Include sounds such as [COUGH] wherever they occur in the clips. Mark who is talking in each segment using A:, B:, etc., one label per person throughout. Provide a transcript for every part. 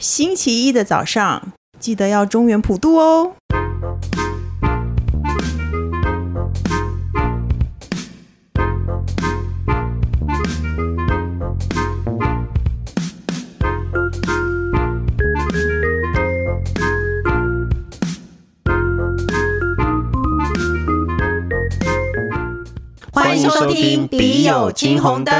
A: 星期一的早上记得要中原普渡哦。
B: 欢迎收听《笔友青红灯》。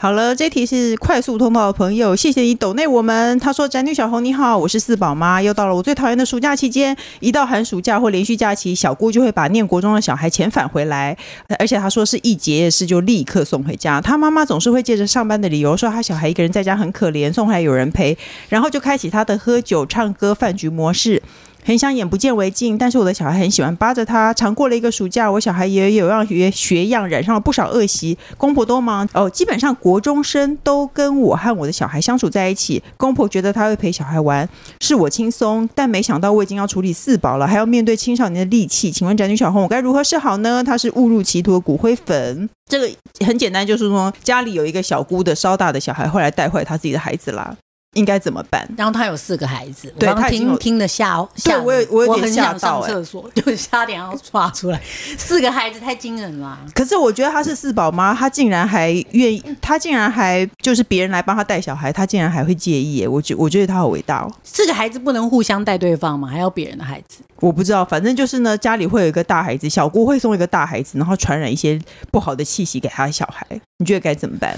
A: 好了，这题是快速通报的朋友，谢谢你抖内我们。他说：“宅女小红你好，我是四宝妈，又到了我最讨厌的暑假期间。一到寒暑假或连续假期，小姑就会把念国中的小孩遣返回来，而且她说是一结业式就立刻送回家。她妈妈总是会借着上班的理由说她小孩一个人在家很可怜，送回来有人陪，然后就开启她的喝酒、唱歌、饭局模式。”很想眼不见为净，但是我的小孩很喜欢扒着他。常过了一个暑假，我小孩也有样学学样，染上了不少恶习。公婆都忙哦，基本上国中生都跟我和我的小孩相处在一起。公婆觉得他会陪小孩玩，是我轻松，但没想到我已经要处理四宝了，还要面对青少年的戾气。请问宅女小红，我该如何是好呢？她是误入歧途的骨灰粉。这个很简单，就是说家里有一个小姑的稍大的小孩，后来带坏他自己的孩子啦，应该怎么办？
B: 然后他有四个孩子，我
A: 对
B: 刚刚
A: 他已经有
B: 听听的吓吓
A: 对我有我有点
B: 很
A: 吓到
B: 想上
A: 欸
B: 厕所， [LAUGHS] 就差点要刷出来。四个孩子太惊人了啊，
A: 可是我觉得她是四宝妈，她竟然还愿意，她竟然还就是别人来帮她带小孩，她竟然还会介意耶，我觉我觉得她好伟大哦。
B: 四个孩子不能互相带对方嘛，还要别人的孩子。
A: 我不知道，反正就是呢，家里会有一个大孩子，小姑会送一个大孩子，然后传染一些不好的气息给她的小孩，你觉得该怎么办？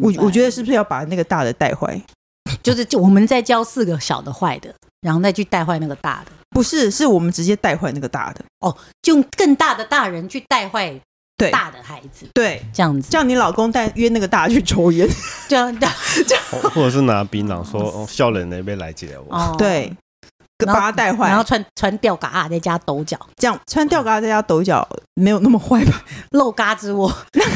A: 我我觉
B: 得
A: 得是不是要把那个大的带坏？
B: 就是就我们在教四个小的坏的，然后再去带坏那个大的，哦
A: 不是，是我们直接带坏那个大的。
B: 就用更大的大人去带坏
A: 对
B: 大的孩子，
A: 对，
B: 这样子，
A: 叫你老公带约那个大的去抽烟。
B: 这样这样
C: 或或者是拿槟
B: [LAUGHS]
C: 榔说哦，笑人呢被来解我。
B: 哦，
A: 对，把
B: 然后
A: 他带坏
B: 然，后穿穿吊嘎啊，在家抖脚，
A: 这样穿吊嘎在家抖脚没有那么坏吧？
B: 露嘎吱窝， [LAUGHS]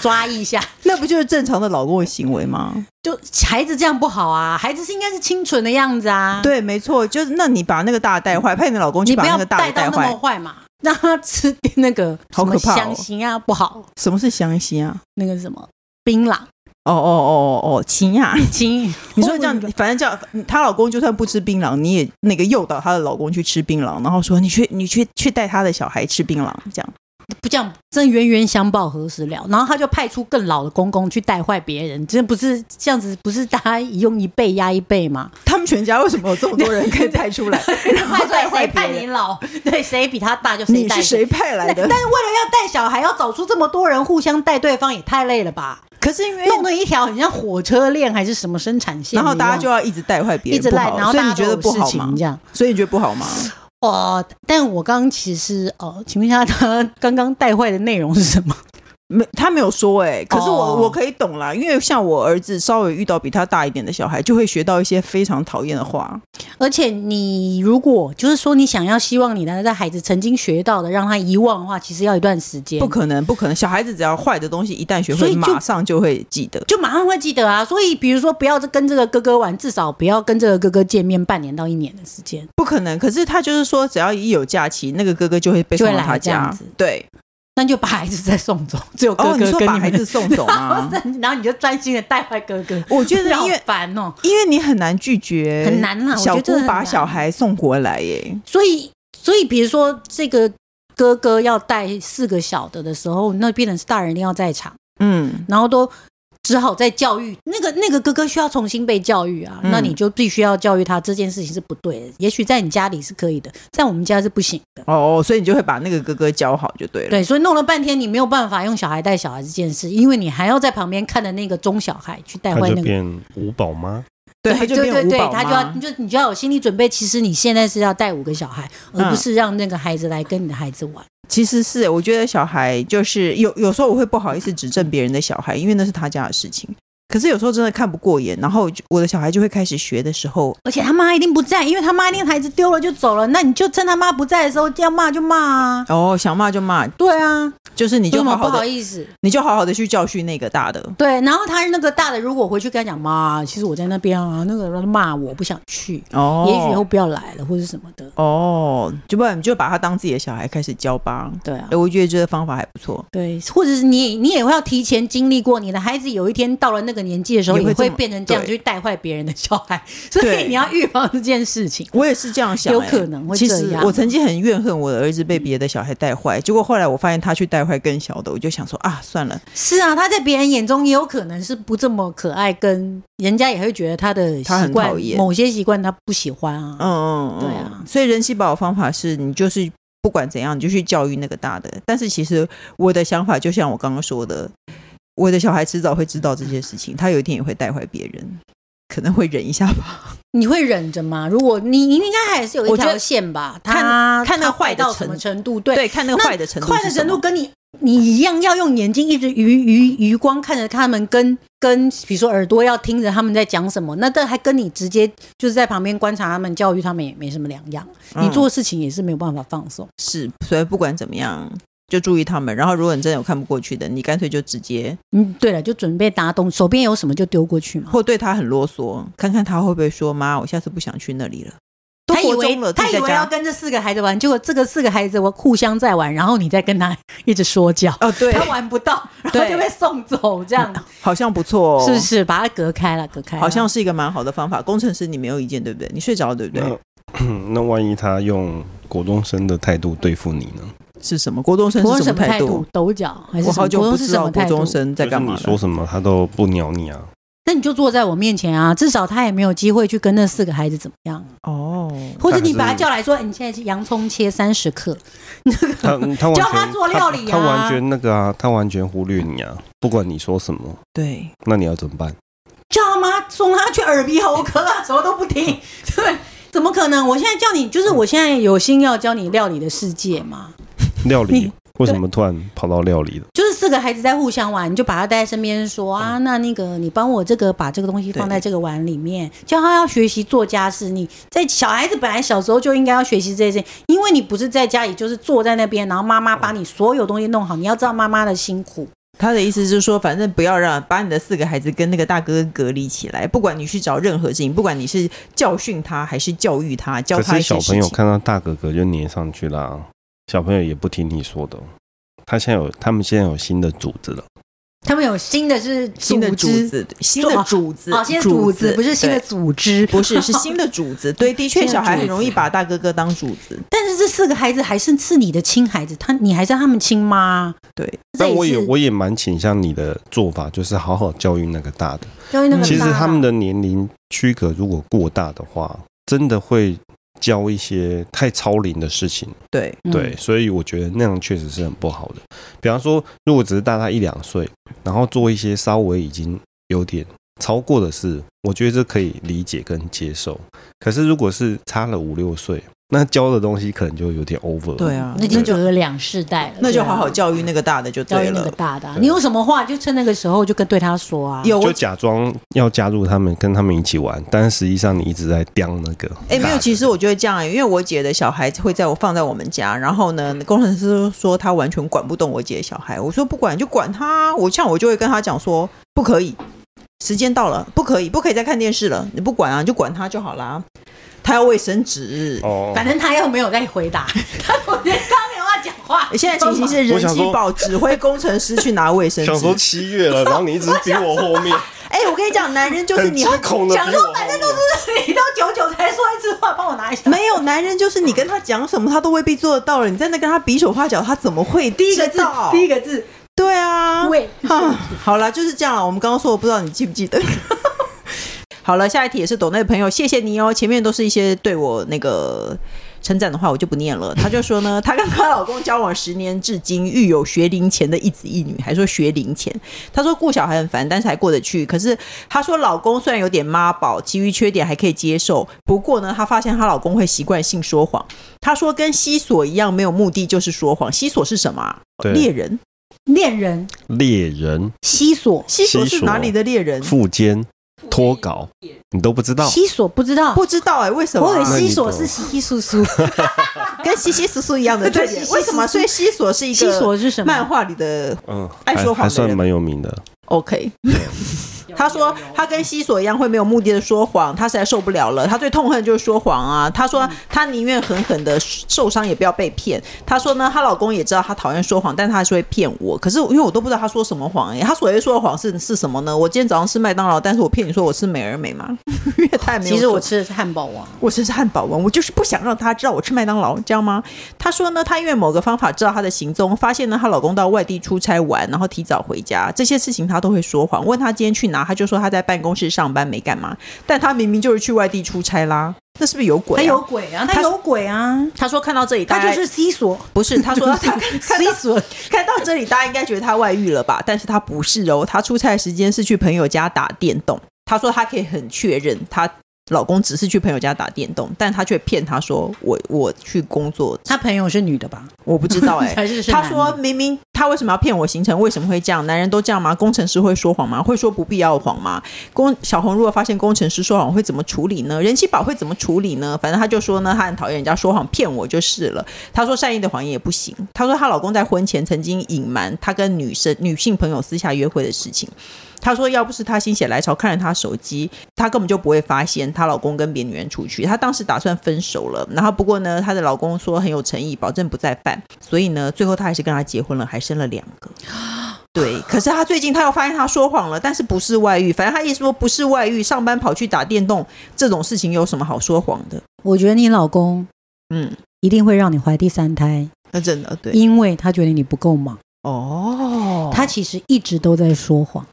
B: 抓一下。
A: 那不就是正常的老公的行为吗？
B: 就孩子这样不好啊，孩子是应该是清纯的样子啊，，
A: 对，没错，就是那你把那个大的带坏，派你老公去
B: 你
A: 把
B: 不
A: 那
B: 要
A: 个大
B: 带
A: 的带
B: 到那
A: 坏
B: 么。坏嘛， [LAUGHS] 让他吃那个
A: 好可怕哦
B: 什么香型啊，不好，
A: 什么是湘西啊？
B: 那个什么槟榔，
A: 哦哦哦哦哦，秦
B: [LAUGHS]
A: 啊！
B: 亲，
A: [LAUGHS] 你说这样，反正这样，她老公就算不吃槟榔，你也那个诱导她的老公去吃槟榔，然后说你去你去去带她的小孩吃槟榔，这样
B: 不这样，真冤冤相报何时了？然后他就派出更老的公公去带坏别人，真的不是这样子，不是大家用一倍压一
A: [LAUGHS]
B: 倍吗？
A: 他们全家为什么有这么多人可以带
B: [LAUGHS]
A: 出来，然后带
B: 派出
A: 坏别
B: 来谁派你
A: 人？
B: 老？对，谁比他大就谁
A: 你
B: 带
A: 是谁派
B: 那
A: 来
B: 但是为
A: 的
B: 了？要带小孩，要找出这么多人互相带对方，也太累了吧？
A: 可是因为，
B: 弄了一条很像火车链还是什么生产线一
A: 然
B: 样，
A: 后大家就要一直带坏别人，
B: 一直
A: 不
B: 赖，
A: 好
B: 然后
A: 所以
B: 大
A: 你
B: 家
A: 觉得
B: 都有
A: 不好
B: 事
A: 吗
B: 情这？样。
A: 所以你觉得不好吗？
B: 哦，但我刚刚其实哦，请问一下，他刚刚带坏的内容是什么？ [LAUGHS]
A: 没，他没有说哎、可是我、
B: 哦
A: 我可以懂啦，因为像我儿子稍微遇到比他大一点的小孩，就会学到一些非常讨厌的话。
B: 而且你如果就是说你想要希望你的在孩子曾经学到的让他遗忘的话，其实要一段时间
A: 不。可能，不可能，小孩子只要坏的东西一旦学
B: 所
A: 会，
B: 以就
A: 马上就会记得。
B: 就马上会记得啊，所以比如说不要跟这个哥哥玩，至少不要跟这个哥哥见面半年到一年的时间。
A: 不可能，可是他就是说，只要一有假期，那个哥哥就会被
B: 就
A: 送
B: 会
A: 到
B: 来
A: 他
B: 这样
A: 家
B: 子。
A: 对，
B: 那就把孩子再送走，只有哥
A: 哦，你
B: 哥
A: 说
B: 跟
A: 把
B: 你
A: 孩
B: 们
A: 子
B: 的。
A: 送走吗？
B: [LAUGHS] 然后你就专心的带坏哥哥，
A: 我觉得因
B: 好
A: 为
B: 烦哦，
A: 因为你很难拒绝，
B: 很难啊啦。我觉
A: 小
B: 得
A: 姑
B: 这很
A: 把
B: 难
A: 小孩送回来欸耶，
B: 所以，所以比如说这个哥哥要带四个小的的时候，那变成是大人一定要在场，
A: 嗯，
B: 然后都只好在教育那个那个哥哥需要重新被教育啊，
A: 嗯
B: 那你就必须要教育他这件事情是不对的。也许在你家里是可以的，在我们家是不行的。
A: 哦，所以你就会把那个哥哥教好就对了。
B: 对，所以弄了半天，你没有办法用小孩带小孩这件事，因为你还要在旁边看着那个中小孩去带
C: 他
B: 坏
C: 就
B: 那个。
C: 变五宝妈，
A: 对，他就
B: 对
A: 变
B: 对
A: 五
B: 对，
A: 宝
B: 他就
A: 妈
B: 要你就你就要有心理准备，其实你现在是要带五个小孩，而不
A: 嗯
B: 是让那个孩子来跟你的孩子玩。
A: 其实是，我觉得小孩就是有有时候我会不好意思指正别人的小孩，因为那是他家的事情。可是有时候真的看不过眼，然后就我的小孩就会开始学的时候，
B: 而且他妈一定不在，因为他妈一定孩子丢了就走了，那你就趁他妈不在的时候要骂就骂啊。
A: 哦，想骂就骂，
B: 对啊，
A: 就是你
B: 有
A: 就
B: 什么
A: 好
B: 不
A: 好
B: 好
A: 的，
B: 意思？
A: 你就好好的去教训那个大的。
B: 对，然后他那个大的如果回去跟他讲妈，其实我在那边啊，那个人骂我不想去，
A: 哦，
B: 也许以后不要来了或者什么的。
A: 哦，就不然你就把他当自己的小孩开始教吧。
B: 对啊
A: 哎，，我觉得这个方法还不错。
B: 对，或者是你你也要提前经历过，你的孩子有一天到了那个年纪的时候，
A: 也
B: 也
A: 会这
B: 会
A: 么
B: 变成这样
A: 对
B: 去带坏别人的小孩，所以
A: 对
B: 你要预防这件事情。
A: 我也是这样想、
B: 有
A: 欸
B: 可能会
A: 其
B: 这
A: 实
B: 样嗯
A: 我曾经很怨恨我的儿子被别的小孩带坏，结果后来我发现他去带坏更小的，我就想说啊，算了，
B: 是啊，他在别人眼中也有可能是不这么可爱，跟人家也会觉得他的
A: 他
B: 习
A: 很
B: 惯
A: 讨厌，
B: 某些习惯他不喜欢啊。
A: 嗯嗯，嗯
B: 对啊。
A: 所以人气宝的方法是你就是不管怎样，你就去教育那个大的。但是其实我的想法就像我刚刚说的，我的小孩迟早会知道这些事情，他有一天也会带坏别人。 [LAUGHS] 可能会忍一下吧，
B: 你会忍着吗？如果你你应该还是有一
A: 我觉
B: 条
A: 得
B: 线吧，
A: 嗯看
B: 他
A: 看那
B: 他
A: 坏
B: 坏
A: 的
B: 到什
A: 程
B: 么
A: 度
B: 程度，对，
A: 看那个
B: 那
A: 坏的 [LAUGHS] 程度是什么，
B: 坏的程度跟你你一样要用眼睛一直余余余光看着他们跟，跟比如说耳朵要听着他们在讲什么，那但还跟你直接就是在旁边观察他们、教育他们也没什么两样。
A: 嗯
B: 你做事情也是没有办法放松。
A: 是，所以不管怎么样，就注意他们。然后，如果你真的有看不过去的，你干脆就直接
B: 嗯，对了，就准备打东，手边有什么就丢过去嘛。
A: 或对他很啰嗦，看看他会不会说：“妈，我下次不想去那里了。”都
B: 他以
A: 国
B: 为
A: 中了，
B: 他
A: 自己
B: 以
A: 在
B: 为要
A: 家
B: 跟这四个孩子玩，结果这个四个孩子我互相在玩，然后你再跟他一直说教，
A: 哦，对，
B: 他玩不到，然后
A: 对嗯
B: 就被送走，这样
A: [LAUGHS] 好像不错哦，
B: 是不是？把它隔开了，隔开了
A: 好像是一个蛮好的方法。工程师，你没有意见对不对？你睡着了对不对？
C: 那那 [COUGHS] 万一他用国中生的态度对付你呢？
A: 是什么？国中生
B: 国
A: 是
B: 中
A: 什
B: 什
A: 么
B: 么
A: 态
B: 态
A: 度
B: 度？？抖脚还是
A: 我
B: 什
A: 好
B: 么？
A: 久
B: 国
A: 不
B: 中是
A: 知
B: 什
A: 道
B: 么
A: 国
B: 态
A: 中
B: 度？
A: 生在干嘛
C: 就是你说
A: 了。
C: 什么他都不鸟
B: [LAUGHS]
C: 你啊。
B: 那你就坐在我面前啊，至少他也没有机会去跟那四个孩子怎么样，
A: 哦，
B: 或者
C: 但
B: 你
C: 是
B: 把他叫来说，哎你现在是洋葱切三十克，
C: 他他完
B: 教
C: 全
B: 他做料理啊
C: 他，他完全那个啊，他完全忽略你啊，不管你说什么，
A: 对，
C: 那你要怎么办？
B: 叫他妈送他去耳鼻喉科啊，什么都不听，对，怎么可能？我现在叫你，就是我现在有心要教你料理的世界嘛，
C: 料理
B: 你 [LAUGHS]
C: 为什么突然跑到料理了？
B: 就是四个孩子在互相玩，你就把他带在身边
A: 嗯
B: 说啊，那那个你帮我这个把这个东西放在这个碗里面，叫他要学习做家事。你在小孩子本来小时候就应该要学习这些，因为你不是在家里，就是坐在那边，然后妈妈把你所有东西弄好，你要知道妈妈的辛苦。
A: 他的意思是说，反正不要让把你的四个孩子跟那个大哥隔离起来，不管你去找任何事情，不管你是教训他还是教育他，教
C: 可
A: 他
C: 是
A: 一
C: 小
A: 些事
C: 朋友
A: 情。
C: 看到大哥哥就黏上去啦、小朋友也不听你说的哦。他现在有，他们现在有新的组织了，
B: 他们有新的是
A: 新的
B: 组
A: 主
B: 织
A: 子，新的主子，
B: 哦，新的组织不是新的
A: 对
B: 组织，
A: 不是，是新的主子。对，的确，
B: 新的
A: 小孩很
B: 主
A: 容易
B: 子
A: 把大哥哥当主子。
B: [LAUGHS] 但是这四个孩子还是是你的亲孩子，他你还是他们亲妈。
A: 对，
B: 这
C: 但我也
B: 是
C: 我也蛮倾向你的做法，就是好好教育那个大的。
B: 教育那个
C: 其实
B: 妈妈
C: 他们的年龄区隔如果过大的话，真的会教一些太超龄的事情。
A: 对，
B: 嗯
C: 对，所以我觉得那样确实是很不好的。比方说，如果只是大他一两岁，然后做一些稍微已经有点超过的事，我觉得这可以理解跟接受。可是如果是差了五六岁，那教的东西可能就有点 over。
A: 对，啊，
B: 那就隔了两世代了，
A: 那就
B: 对啊
A: 好好教育那个大的就
B: 教
A: 对
B: 育那个
A: 了。
B: 大的啊、
C: 对
B: 你有什么话就趁那个时候就跟对他说啊。
A: 有
C: 就
A: 我
C: 假装要加入他们，跟他们一起玩，但实际上你一直在刁那个。
A: 哎、没有，其实我觉得这样、因为我姐的小孩会在我放在我们家，然后呢，工程师说他完全管不动我姐的小孩，我说不管就管他，我像我就会跟他讲说不可以，时间到了，不可以，不可以再看电视了，你不管啊，你就管他就好啦。他要卫生纸。
C: 哦
B: 反正他又没有在回 [LAUGHS] 答，他我觉得他没有要讲话。
A: 现在情形是
C: 我
A: 人
C: 想
A: 气
C: 说
A: 宝指挥工程师去拿卫生纸。
C: 七月了，然后你一直逼我后面，
A: 哎、我跟你讲，男人就是你要
C: 恐
B: 讲说反正都是哎你到九九才说一次话，帮我拿一下。
A: 没有男人就是你跟他讲什么，他都未必做得到了。你在那跟他比手画脚，他怎么会第
B: 第一个字，第一个字
A: 对啊，
B: 喂
A: [LAUGHS] 啊，好了，就是这样了。我们刚刚说，我不知道你记不记得。 [LAUGHS] 好了，下一题也是抖内的朋友，谢谢你哦。前面都是一些对我那个称赞的话，我就不念了。她就说呢， [LAUGHS] 她跟她老公交往十年，至今育有学龄前的一子一女，还说学龄前。她说顾小孩很烦，但是还过得去。可是她说老公虽然有点妈宝，其余缺点还可以接受。不过呢，她发现她老公会习惯性说谎。她说跟西索一样，没有目的就是说谎。西索是什么啊、
C: 对
A: 猎人。
B: 恋人
C: 猎人、
B: 西索，
A: 西索是哪里的猎人？
C: 腹肩、脱稿，你都不知道。
B: 西索不知
A: [LAUGHS]
B: 道，
A: 不知道哎、为什么
B: 我以
A: 啊、
B: 为西索是稀稀疏疏，
A: 跟西西叔叔一样
B: [LAUGHS]
A: 的特
B: 对
A: 点
B: 西西叔，叔
A: 为什么？所以西索是一个
B: 西索是什么？
A: 漫画里的
C: 嗯，
A: 爱说
C: 还
A: 谎的
C: 还
A: 人
B: [LAUGHS]
C: 算蛮有名的。
A: OK，他说他跟西索一样会没有目的的说谎，他实在受不了了。他最痛恨就是说谎啊。他
B: 嗯
A: 说他宁愿狠狠的受伤也不要被骗。他说呢，她老公也知道她讨厌说谎，但她还是会骗我。可是因为我都不知道她说什么谎、欸，她所谓说的谎是是什么呢？我今天早上吃麦当劳，但是我骗你说我吃美而美嘛， [LAUGHS] 因为太没有。
B: [LAUGHS] 其实我吃的是汉堡王，
A: 我吃的是汉堡王，我就是不想让她知道我吃麦当劳，这样吗？她说呢，她因为某个方法知道她的行踪，发现呢她老公到外地出差玩，然后提早回家，这些事情她都会说谎。问她今天去哪，她就说她在办公室上班没干嘛，但她明明就是去外地出差啦。那是不是有鬼、啊？
B: 他有鬼啊！他有鬼啊！
A: 他说看到这里，
B: 他就是西索，
A: 不是？他
B: [LAUGHS]
A: 说他看
B: 西索，
A: [LAUGHS] 看到这里，大家应该觉得他外遇了吧？但是他不是哦，他出差的时间是去朋友家打电动。他说他可以很确认，她老公只是去朋友家打电动，但他却骗她说我我去工作。
B: 他朋友是女的吧？
A: 我不知
B: [LAUGHS]
A: 道哎、
B: 还是是
A: 他
B: 男的
A: 说明明他为什么要骗我行程？为什么会这样？男人都这样吗？工程师会说谎吗？会说不必要的谎吗？工小红如果发现工程师说谎会怎么处理呢？人气宝会怎么处理呢？反正他就说呢，他很讨厌人家说谎骗我就是了。他说善意的谎言也不行。他说她老公在婚前曾经隐瞒他跟女生女性朋友私下约会的事情。她说，要不是她心血来潮看了她手机，她根本就不会发现她老公跟别的女人出去。她当时打算分手了，然后不过呢，她的老公说很有诚意，保证不再犯，所以呢，最后她还是跟他结婚了，还生了两个。对，可是她最近她又发现她说谎了，但是不是外遇，反正她意思说不是外遇，上班跑去打电动这种事情有什么好说谎的？
B: 我觉得你老公
A: 嗯，
B: 一定会让你怀第三胎，
A: 那真的对
B: 因为他觉得你不够忙。
A: 哦，
B: 他其实一直都在说谎，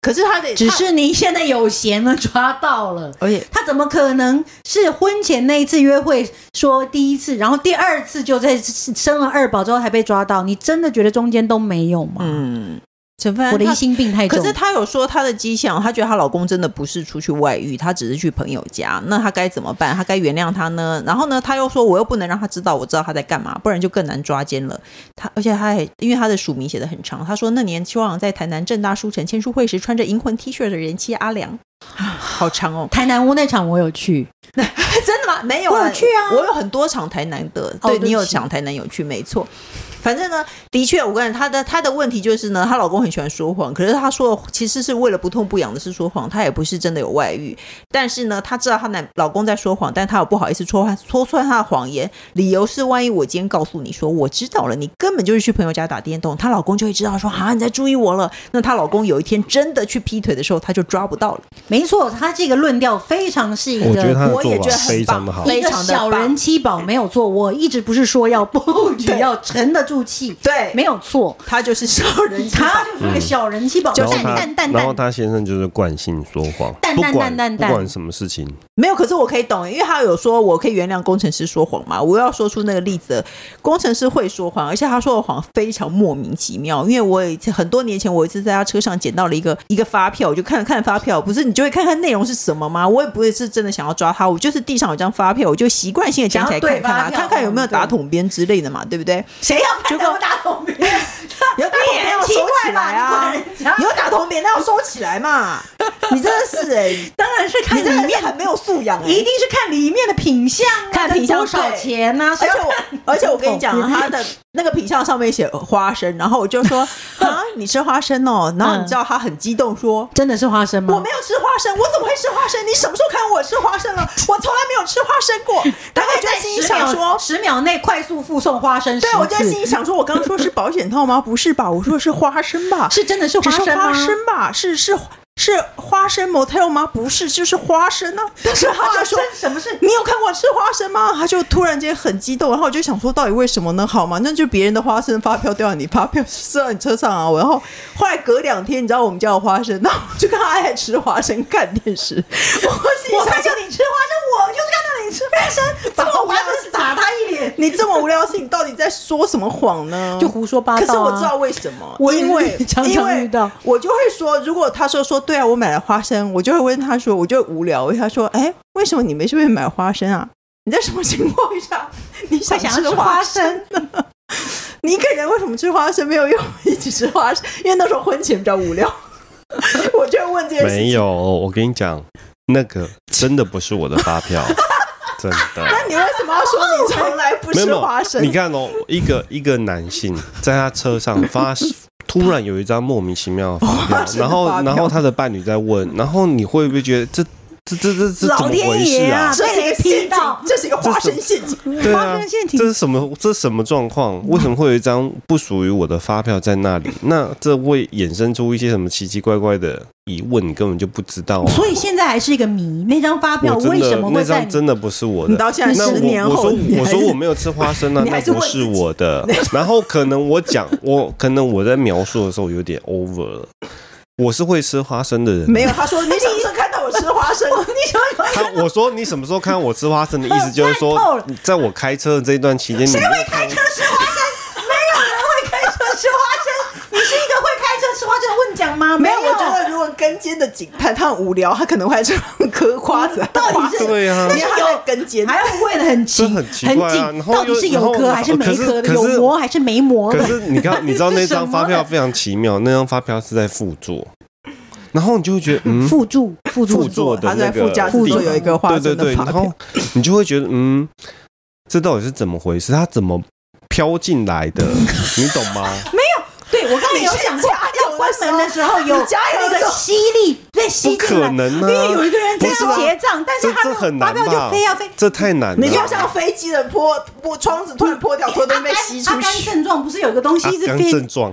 A: 可是她得
B: 只
A: 她
B: 是你现在有闲了抓到了。
A: 而且
B: 他怎么可能是婚前那一次约会说第一次，然后第二次就在生了二宝之后才被抓到？你真的觉得中间都没有吗？
A: 嗯，陈帆
B: 我的
A: 她
B: 疑心病太重。。
A: 可是她有说她的迹象，她觉得她老公真的不是出去外遇，她只是去朋友家。那她该怎么办？她该原谅他呢？然后呢，她又说我又不能让他知道我知道他在干嘛，不然就更难抓奸了。她而且她还因为她的署名写的很长，她说那年邱昂在台南正大书城签书会时穿着银魂 T 恤的人妻阿良， [SIGHS] 好长哦
B: 台南屋那场我有去，
A: 真的吗？ [LAUGHS] 没有、
B: 我有去啊
A: 我有很多场台南的，
B: 哦对
A: 对
B: 不起
A: 你有场台南有去，没错。反正呢，的确，我跟你讲，她的她的问题就是呢，她老公很喜欢说谎，可是她说的其实是为了不痛不痒的是说谎，她也不是真的有外遇，但是呢，她知道她男老公在说谎，但她有不好意思戳穿戳穿她的谎言，理由是万一我今天告诉你说我知道了，你根本就是去朋友家打电动，她老公就会知道说啊你在注意我了，那她老公有一天真的去劈腿的时候，她就抓不到了。
B: 没错，他这个论调非常是一
C: 我觉得
B: 个
C: 他的
A: 我也觉
C: 做法
A: 得很
C: 非常的
A: 棒
C: 好。
B: 一
A: 非
B: 个
A: 常地
B: 小
A: 棒
B: 人七宝没有错。我一直不是说要布局，
A: 对
B: 要沉得住气，
A: 对
B: 没有错。
A: 她就是小人 [LAUGHS] 之宝
B: [LAUGHS] 他就是个小人七宝，
A: 就
C: 然
A: 是
C: 后
B: 蛋
C: 他
B: 蛋蛋
C: 然后
B: 蛋，
C: 他先生就是惯性说谎，
B: 淡
C: 不
B: 淡
C: 管
B: 淡淡
C: 不
B: 淡
C: 管什么事情，
A: 没有，可是我可以懂，因为他有说我可以原谅工程师说谎嘛。我又要说出那个例子，工程师会说谎，而且他说的谎非常莫名其妙。因为我有一次很多年前，我有一次在他车上捡到了一个一个发票，我就看看发票，不是你就会看看内容是什么吗？我也不会是真的想要抓他，我就是地上有张发票，我就习惯性的捡起来看看
B: 想
A: 嘛，
B: 要对发票
A: 看看有没有打桶边之类的嘛，对不对？
B: 谁要看
A: 结果
B: 到打桶 [LAUGHS] 边？
A: 有打桶边要收起来啊
B: 你管人！家
A: 有打桶边那要收起来
B: [LAUGHS]
A: 嘛！你真的是哎、
B: 当然是看
A: 你真
B: 里
A: 的是
B: 面
A: 很没有素养、欸，
B: 一定是看里面的品相、啊，
A: 看品相
B: 多少钱呐、啊？
A: 而且我，而且我跟你
B: 哦嗯
A: 讲，啊他的那个品相上面写花生，然后我就
B: [LAUGHS]
A: 说啊，你吃花生哦，然后你知道他很激动说。
B: 真的是花生吗？
A: 我没有吃花生，我怎么会吃花生？你什么时候看我吃花生了？我从来没有吃花生
B: [LAUGHS]
A: 过。然后我就在心里想说，
B: 十秒内快速附送花生十次，
A: 对我就在心里想
B: [LAUGHS]
A: 说，我刚刚说是保险套吗？不是吧？我说的是花生吧？
B: 是真的是
A: 只
B: 花
A: 是
B: 生吗
A: 花生吧？是是是花生 motel 吗？不是，就是花生
B: [LAUGHS]
A: 呢、但是他就说
B: 花生什么是
A: 你有看过吃花生吗？他就突然间很激动，然后我就想说，到底为什么呢？好嘛，那就别人的花生发票掉到你发票射到你车上啊！我然后后来隔两天，你知道我们家有花生，那我就看他在吃花生看电视，我心
B: 我
A: 里
B: 看
A: 想
B: 见
A: 说。
B: 你吃花生，我就是看到你吃花生，把花生撒他一脸，
A: 你这么无聊的事情，到底在说什么谎呢？
B: 就胡说八道啊
A: 可是我知道为什么，
B: 我也
A: 因为
B: [LAUGHS] 常常
A: 因为
B: 遇到
A: 我就会说，如果他说说对啊，我买了花生，我就会问他说，我就会无聊，我问他说，哎，为什么你没事会买花生啊？ [LAUGHS] 你在什么情况下你想
B: 会想要
A: 吃
B: 吃
A: 花
B: 花
A: 生呢？ [LAUGHS] 你一个人为什么吃花生没有约我一起吃花生？因为那时候婚前比较无聊， [LAUGHS] 我就会问这件事情。
C: 没有，哦我跟你讲，那个真的不是我的发
A: [LAUGHS]
C: 票，真的。
A: 那你为什么要说你从来不
C: 没有
A: 吃
C: 没
A: 花生
C: 有，你？看哦，一个一个男性在他车上发突然有一张莫名其妙的发
A: 哇
C: 飙，
A: 是
C: 然后
A: 发飙
C: 然后他的伴侣在问，然后你会不会觉得这这这这这怎
B: 老
C: 么
B: 天
C: 回事
B: 爷
C: 啊
B: 啊？
A: 这是一个陷
B: 被
A: 阱
B: 骗到，
A: 这是一个华生陷阱。
C: 对啊
A: 发生陷，阱
C: 这是什么？这是什么状况？为什么会有一张不属于我的发票在那里？那这会衍生出一些什么奇奇怪怪的疑问，你根本就不知道、啊。
B: 所以现在还是一个谜，那张发
C: 我
B: 票
C: 真
B: 为什
C: 的
B: 么
C: 那
B: 会在
C: 张
B: 你？
C: 真的不是我
A: 你
C: 的。
A: 到现在
C: 那
A: 十年
C: 我我
A: 后，
C: 说
A: 你还
C: 我
A: 是
C: 说我没有吃花生
A: [LAUGHS]
C: 啊，
A: 你还
C: 那
A: 是
C: 不
A: 问
C: 是
A: 自己
C: 我的。
A: [LAUGHS]
C: 然后可能我讲我可能我在描述的时候有点 over 了。我是会吃花生的人，
A: 没有。他
B: [LAUGHS]
A: 说你什么时候看到我吃花生？你说
C: 他我说你什么时候看到我吃花生的意
A: [LAUGHS]
C: 思就是说
B: 看透了，
C: 在我开车的这一段期间，你没有看
B: 会开车吃花生，你是一个会开车吃花生的问奖吗？
A: 没有？
B: 有，
A: 我觉得如果跟监的警探他很无聊，他可能会来这种嗑瓜子。
B: 到底是
C: 对啊，
A: 你还在跟监？
B: 还要问得很
C: 这
B: 勤，
C: 很奇怪啊然
B: 紧，
C: 后
B: 到底
C: 又
B: 是
C: 然
B: 有
C: 后
B: 壳还是没
C: 可是
B: 壳的？
C: 可
B: 有
C: 是
B: 膜还是没膜
C: 可
B: 的？
C: 是你刚你知道
A: [LAUGHS]
C: 那张发票非常奇妙，那张发票是在附座，然后你就会觉得嗯，
B: 附注，附注，
C: 附作的
A: 他
C: 那
A: 在
C: 个
A: 副驾驶座
B: 地
A: 有一个花
C: 对
A: 生
C: 对
A: 的
C: 对，
A: 发
C: 然后
A: 票，
C: [LAUGHS] 你就会觉得嗯，这到底是怎么回事？它怎么飘进来的？你懂
B: [LAUGHS]
C: 吗？
B: 对我刚才有
A: 你去
B: 想过，
A: 加油
B: 要关
A: 的时候
B: 门的时候有
A: 你加油
B: 有
A: 的时
B: 一个
A: 候
B: 吸力被吸
C: 不
B: 进
C: 可
B: 来。
C: 能啊！
B: 因为有一个人在
C: 不是啊
B: 结账，但
C: 这
B: 是他
C: 这
B: 那
C: 很
B: 个发
C: 难啊
B: 票就
C: 吧
B: 非要飞？。
C: 这太难了。啊
A: 你就像飞机的坡坡窗子突然破掉，所有东西被吸
B: 阿
A: 出
B: 甘
A: 去。
B: 症状不是有个东西
C: 阿
B: 一直
C: 甘
B: 飞？
C: 症状，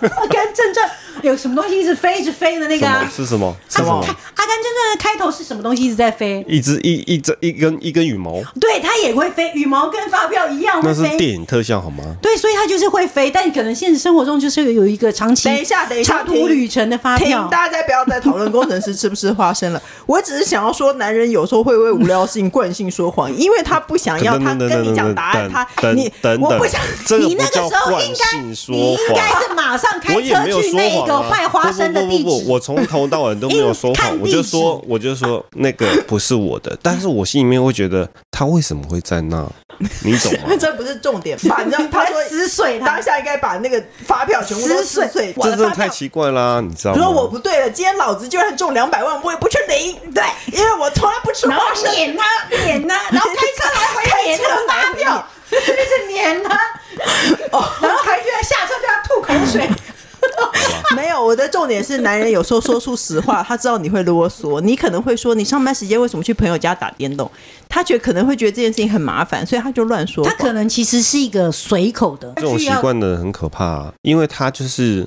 B: 阿甘症状有什么东西一直飞一直飞的那
C: 什
B: 个啊
C: 么？是什么？
B: 他
C: 什么
B: 是？开阿甘正传的开头是什么东西一直在飞？
C: 一只一一只一根一根羽毛，
B: 对，它也会飞，羽毛跟发票一样
C: 那
B: 会
C: 是
B: 飞。
C: 电影特效好吗？
B: 对，所以它就是会飞，但可能现实生活中就是有一个长期
A: 等一下，等一下，
B: 长途
A: 停
B: 旅程的发
A: 停
B: 票，
A: 大家再不要再讨论工程师吃不吃花生了。我只是想要说，男人有时候会为无聊事情惯性说谎，因为他不想要，
C: 等
A: 他
C: 等等
A: 跟你讲答案，
C: 等
A: 他
C: 等
A: 你
C: 等
A: 我
C: 等
A: 不想。？
C: 这个
B: 你
C: 不
B: 那个
C: 叫
B: 时候
C: 惯
B: 应该，
C: 性说
B: 你应该
C: 谎。
B: 是马上开
C: 我也
B: 车
C: 没有
B: 去
C: 说
B: 那
C: 谎
B: 个
C: 啊！
B: 卖花生的地
C: 不不不不
B: 址
C: 不，。我从头到尾都没有说
B: 看 [LAUGHS]
C: 谎，
B: 地
C: 我
B: 址
C: 就说我就说那个不是我的，但是我心里面会觉得他为什么会在
B: [LAUGHS]
C: 那，你懂吗
A: 这不是重点吧？你知道他说
B: 撕碎它
A: 当下应该把那个发票全部都
B: 撕碎
A: 撕碎，
C: 这
A: 我
C: 真
A: 的
C: 的
A: 发
C: 太
A: 票。
C: 奇怪啦，你知道
A: 你
C: 吗？
A: 说我不对啊了，今天老子就算中两百万，我也不去领。对，因为我从来不吃
B: 然
A: 花
B: 后 [LAUGHS]
A: 生。
B: 撵他，撵他，然后开车来回撿那个发票，就是撵 [LAUGHS] 他，然后还就要下车就要吐口水。
A: 没有，我的重点是，男人有时候说出实话，他知道你会啰嗦，你可能会说你上班时间为什么去朋友家打电动，他觉得可能会觉得这件事情很麻烦，所以他就乱说
B: [LAUGHS] 他
A: 谎。
B: 可能其实是一个随口的，
C: 这种习惯的人很可怕、啊因为他就是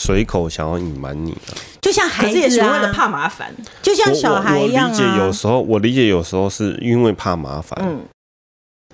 C: 随口想要隐瞒你、啊。
B: 就像
A: 可
B: 孩
A: 是也
B: 子
A: 是为了
B: 啊，
A: 怕麻烦，
B: 就像
C: 我
B: 小孩
C: 我我
B: 一样
C: 理解有
B: 啊。
C: 时候，我理解有时候是因为怕麻烦，
A: 嗯，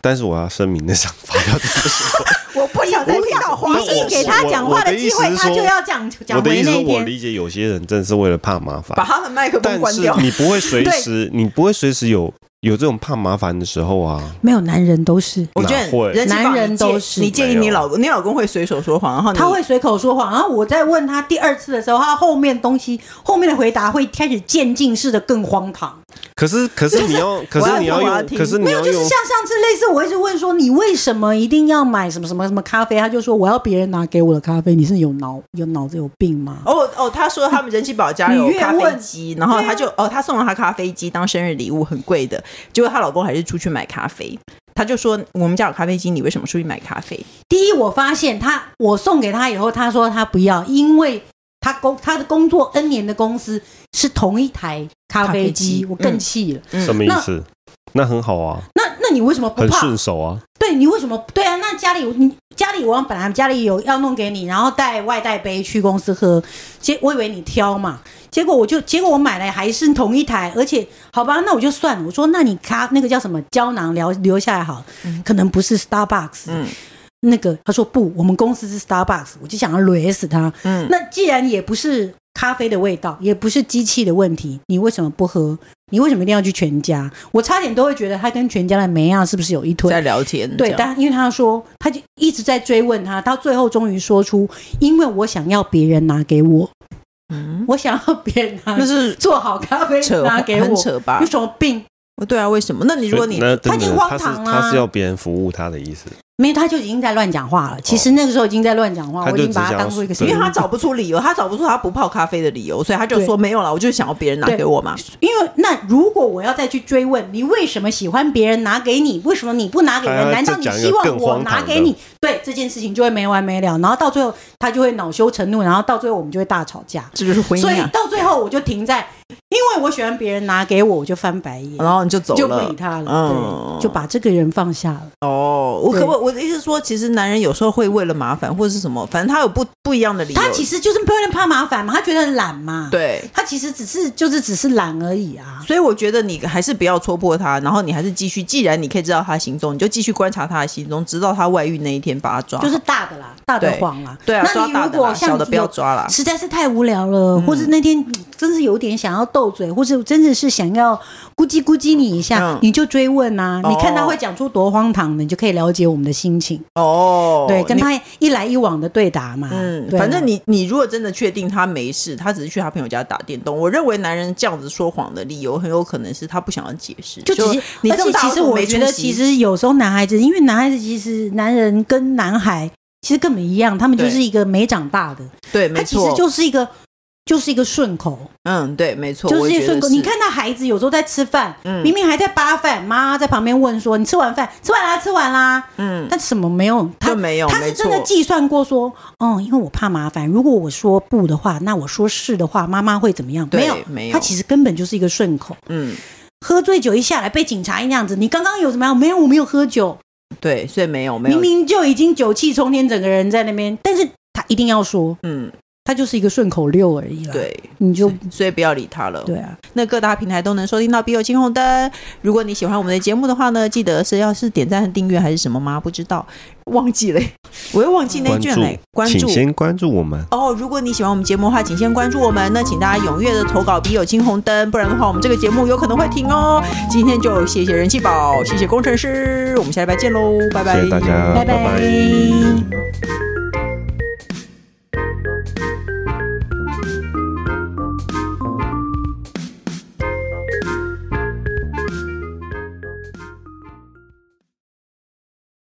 C: 但是我要声明那张发票真的不是我的。
A: 我不想再听到
C: 我
A: 花
B: 你
A: 生
B: 一给他讲话的机
C: 我我的
B: 会，
C: 意思是
B: 他
C: 说
B: 就要讲 [LAUGHS] 讲
C: 我的
B: 回
C: 意思
B: 那
C: 是
B: 一
C: 我
B: 天。
C: 理解有些人真的是为了怕麻
A: 把
C: 烦，
A: 他的麦克风
C: 但
A: 关
C: 是
A: 掉。
C: 你不会随
A: 对
C: 时，你不会随时有有这种怕麻烦的时候啊。
B: 没有男人都是，
A: 我觉
C: 哪会
A: 得人气
B: 男
A: 榜
B: 人
A: 你
B: 都
A: 建
B: 是
A: 你建议
C: 没有
A: 你老公，你老公会随手说谎，然后你
B: 他会随口说谎。然后我在问他第二次的时候，他后面东西后面的回答会开始渐进式的更荒唐。
C: 可是可是你要，可
A: 我要
C: 是你要
A: 听我要
C: 用，
A: 听
C: 可是你
B: 没有，
C: 要
B: 就是
C: 用
B: 像上次类似，我一直问说你为什么一定要买什么什么什么咖啡，他就说我要别人拿给我的咖啡。你是有脑有脑子有病吗？
A: 哦哦，他说他们人气宝家 [LAUGHS]
B: 你
A: 有
B: 越
A: 咖啡
B: 问
A: 机，然后他就、哦，他送了她咖啡机当生日礼物，很贵的。结果她老公还是出去买咖啡，他就说我们家有咖啡机，你为什么出去买咖啡？
B: 第一，我发现他我送给他以后，他说他不要，因为他工他的工作 N 年的公司是同一台咖啡
A: 咖啡机
B: 机，
A: 嗯
B: 我更气了。
C: 什么意思？那很好啊，
B: 那那你为什么不
C: 很
B: 怕？
C: 顺手啊。
B: 对你为什么？对啊，那家里你家里我本来家里有要弄给你，然后带外带杯去公司喝，结我以为你挑嘛，结果我就结果我买来还是同一台，而且好吧，那我就算了，我说那你咖那个叫什么胶囊留留下来好了，可能不是 Starbucks，、
A: 嗯
B: 那个他说不，我们公司是 Starbucks，我就想要雷死他。
A: 嗯
B: 那既然也不是咖啡的味道，也不是机器的问题，你为什么不喝？你为什么一定要去全家？我差点都会觉得他跟全家的梅亚是不是有一腿
A: 在？聊天，
B: 对，
A: 这样
B: 但因为他说，他就一直在追问他，到最后终于说出，因为我想要别人拿给我，
A: 嗯，
B: 我想要别人拿
A: 那是
B: 做好咖啡
A: 扯
B: 拿给
A: 很
B: 我，
A: 扯吧
B: 有？什么病？
A: 对啊，为什么？那你如果你
C: 那
B: 他已经
C: 等等
B: 荒
C: 他是
B: 唐
A: 啊
C: 他
B: 啦
C: 是要别人服务他的意思。
B: 没，他就已经在乱讲话了。其实那个时候已经在乱讲话，
C: 他
B: 我
C: 就
B: 已经把他
C: 只想
B: 当做一个神
C: 对
A: 因
B: 经
A: 为
B: 病，
A: 他找不出理由，他找不出他不泡咖啡的理由，所以他就说没有了，我就是想要别人拿
B: 对
A: 给我嘛。
B: 因为那如果我要再去追问你为什么喜欢别人拿给你，为什么你不拿给
C: 还要
B: 人？
C: 再
B: 难道你
C: 讲一个
B: 希
C: 更
B: 望
C: 荒
B: 我拿
C: 唐
B: 给
C: 的
B: 你？对这件事情就会没完没了，然后到最后他就会恼羞成怒，然后到最后我们就会大吵架。
A: 这就是婚
B: 所以
A: 姻啊。
B: 到最后我就停在，因为我喜欢别人拿给我，我就翻白
C: 啊
B: 眼，
D: 然后你就走
B: 就不理
D: 了。
B: 他了，
D: 嗯
B: 对，就把这个人放下了。
D: 哦，我
B: 对
D: 可不，我的意思是说，其实男人有时候会为了麻烦或者是什么，反正他有不不一样的理由。
B: 他其
D: 实
B: 实就是不人怕麻烦嘛，他觉得懒嘛，，
D: 对，
B: 他其实只是就是只是懒而已啊。
D: 所以我觉得你还是不要戳破他，然后你还是继续，既然你可以知道他行踪，你就继续观察他的行踪，直到他外遇那一天把他抓好。
B: 就是大的啦，大的
D: 对
B: 谎啦。
D: 对啊，
B: 那
D: 抓
B: 你
D: 大
B: 如
D: 的
B: 果
D: 啦，
B: 像
D: 小的不要
B: 有
D: 抓啦。
B: 实在是太无聊了，或是那天嗯真是有点想要斗嘴，或是真的是想要咕叽咕叽你一下，
D: 嗯
B: 你就追问啊，
D: 哦
B: 你看他会讲出多荒唐的，你就可以了解我们的心情。
D: 哦，
B: 对，跟
D: 你
B: 他一来一往的对答嘛。
D: 嗯，
B: 对啊
D: 反正你你如果真的确定他没事，他只是去他朋友家打电动，我认为男人这样子说谎的理由很有可能是他不想要解释。
B: 就其实，
D: 你
B: 而
D: 这么
B: 且
D: 大
B: 其
D: 为
B: 实
D: 什么
B: 我
D: 没
B: 觉
D: 出
B: 得，
D: 席
B: 其实有时候男孩子，因为男孩子其实男人跟男孩其实根本一样，他们就
D: 对
B: 是一个没长大的，
D: 对，
B: 他
D: 没
B: 其
D: 错，
B: 实就是一个就是一个顺口，
D: 嗯，对，没错，
B: 就
D: 我
B: 是
D: 也
B: 一
D: 觉
B: 个
D: 得
B: 顺口。
D: 是
B: 你看那孩子有时候在吃饭，
D: 嗯
B: 明明还在扒饭，妈在旁边问说：“你吃完饭？吃完啦，吃完啦。”
D: 嗯，
B: 但什么没有，他
D: 就没有，
B: 他
D: 没
B: 是真的
D: 错
B: 计算过说，哦，因为我怕麻烦，如果我说不的话，那我说是的话，妈妈会怎么样？
D: 对
B: 没有，
D: 没有
B: 他其实根本就是一个顺口。
D: 嗯，
B: 喝醉酒一下来被警察那样子，你刚刚有怎么样？没有，我没有喝酒，
D: 对，所以没有，没有，
B: 明明就已经酒气冲天，整个人在那边，但是他一定要说，
D: 嗯，
B: 他就是一个顺口溜而已啦。，
D: 对，
B: 你就
D: 所以不要理他了。
B: 对啊，
A: 那各大平台都能收听到《笔友青红灯》。如果你喜欢我们的节目的话呢，记得是要是点赞、和订阅还是什么吗？不知道，忘记了，我又忘记那一
C: 关
A: 句
C: 注
A: 嘞。，关注
C: 请。先关注我们。
A: 哦，如果你喜欢我们节目的话，请先关注我们。那请大家踊跃的投稿《笔友青红灯》，不然的话，我们这个节目有可能会停哦。今天就谢谢人气宝，谢谢工程师，我们下礼拜见喽，拜拜，
C: 谢谢大家，
B: 拜
C: 拜
B: 拜